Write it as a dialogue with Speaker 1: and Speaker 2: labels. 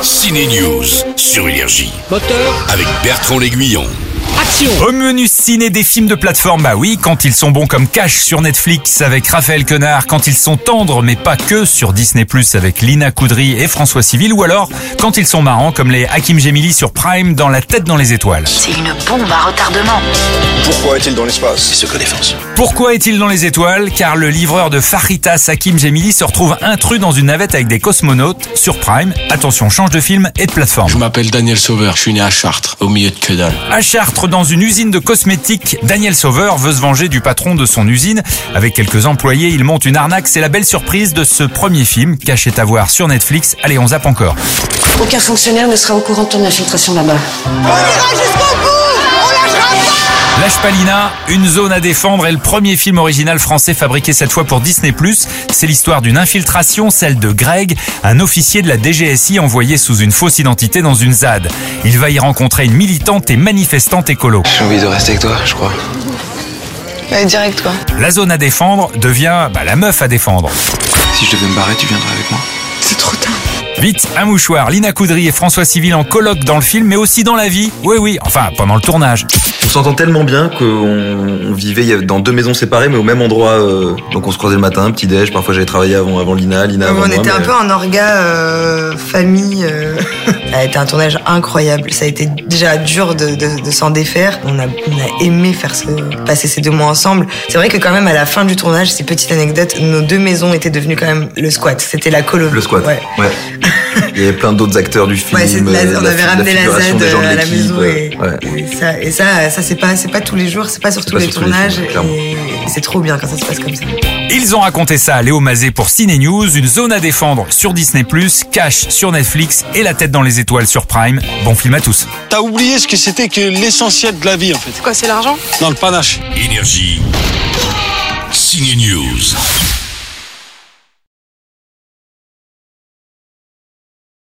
Speaker 1: Ciné News sur Énergie
Speaker 2: Moteur,
Speaker 1: avec Bertrand L'Aiguillon.
Speaker 2: action
Speaker 3: Au menu ciné des films de plateforme, bah oui, quand ils sont bons comme Cash sur Netflix avec Raphaël Quenard, quand ils sont tendres mais pas que sur Disney Plus avec Lina Coudry et François Civil, ou alors quand ils sont marrants comme les Hakim Gemili sur Prime dans La tête dans les étoiles.
Speaker 4: C'est une bombe à retardement.
Speaker 5: Pourquoi est-il dans l'espace
Speaker 3: Pourquoi est-il dans les étoiles Car le livreur de Faritas Hakim Gemili se retrouve intrus dans une navette avec des cosmonautes sur Prime. Attention, change de film et de plateforme.
Speaker 6: Je m'appelle Daniel Sauveur, je suis né à Chartres, au milieu de que dalle.
Speaker 3: À Chartres, dans une usine de cosmétiques, Daniel Sauveur veut se venger du patron de son usine. Avec quelques employés, il monte une arnaque. C'est la belle surprise de ce premier film, caché à voir sur Netflix. Allez, on zappe encore.
Speaker 7: Aucun fonctionnaire ne sera au courant de ton infiltration là-bas.
Speaker 3: Lâche Palina, une zone à défendre est le premier film original français fabriqué cette fois pour Disney+. C'est l'histoire d'une infiltration, celle de Greg, un officier de la DGSI envoyé sous une fausse identité dans une ZAD. Il va y rencontrer une militante et manifestante écolo.
Speaker 8: J'ai envie de rester avec toi, je crois.
Speaker 9: Bah, direct, quoi.
Speaker 3: La zone à défendre devient bah, la meuf à défendre.
Speaker 8: Si je devais me barrer, tu viendrais avec moi.
Speaker 9: C'est trop tard.
Speaker 3: Vite, un mouchoir, Lina Coudry et François Civil en colloque dans le film, mais aussi dans la vie. Oui, oui, enfin, pendant le tournage.
Speaker 10: On s'entend tellement bien qu'on on vivait il y avait- dans deux maisons séparées, mais au même endroit. euh, donc on se croisait le matin, petit déj. Parfois j'allais travailler avant, avant Lina, Lina avant
Speaker 9: on
Speaker 10: moi,
Speaker 9: était un
Speaker 10: mais-
Speaker 9: peu en orga euh, famille. euh. Ça a été un tournage incroyable. Ça a été déjà dur de, de- de s'en défaire. On a, on a aimé faire ce, passer ces deux mois ensemble. C'est vrai que quand même à la fin du tournage, ces petites anecdotes, nos deux maisons étaient devenues quand même le squat. C'était la colonie.
Speaker 10: le squat.
Speaker 9: Ouais.
Speaker 10: ouais. Il y avait plein d'autres acteurs du film.
Speaker 9: Ouais, c'est de la-
Speaker 10: euh,
Speaker 9: on
Speaker 10: la
Speaker 9: avait
Speaker 10: fi-
Speaker 9: ramené la,
Speaker 10: figuration
Speaker 9: ZAD
Speaker 10: des gens de
Speaker 9: à la
Speaker 10: l'équipe,
Speaker 9: maison et,
Speaker 10: euh, ouais.
Speaker 9: et ça, et ça, ça c'est pas, c'est pas tous les jours, c'est pas sur tous
Speaker 10: pas
Speaker 9: les
Speaker 10: sur tous les
Speaker 9: tournages
Speaker 10: jours, clairement.
Speaker 9: et c'est trop bien quand ça se passe comme ça.
Speaker 3: Ils ont raconté ça à Léo Mazé pour Ciné News, une zone à défendre sur Disney+, Cash sur Netflix et La tête dans les étoiles sur Prime. Bon film à tous.
Speaker 11: T'as oublié ce que c'était que l'essentiel de la vie en fait.
Speaker 9: Quoi, c'est l'argent
Speaker 11: Dans le panache.
Speaker 1: Énergie. Ciné News.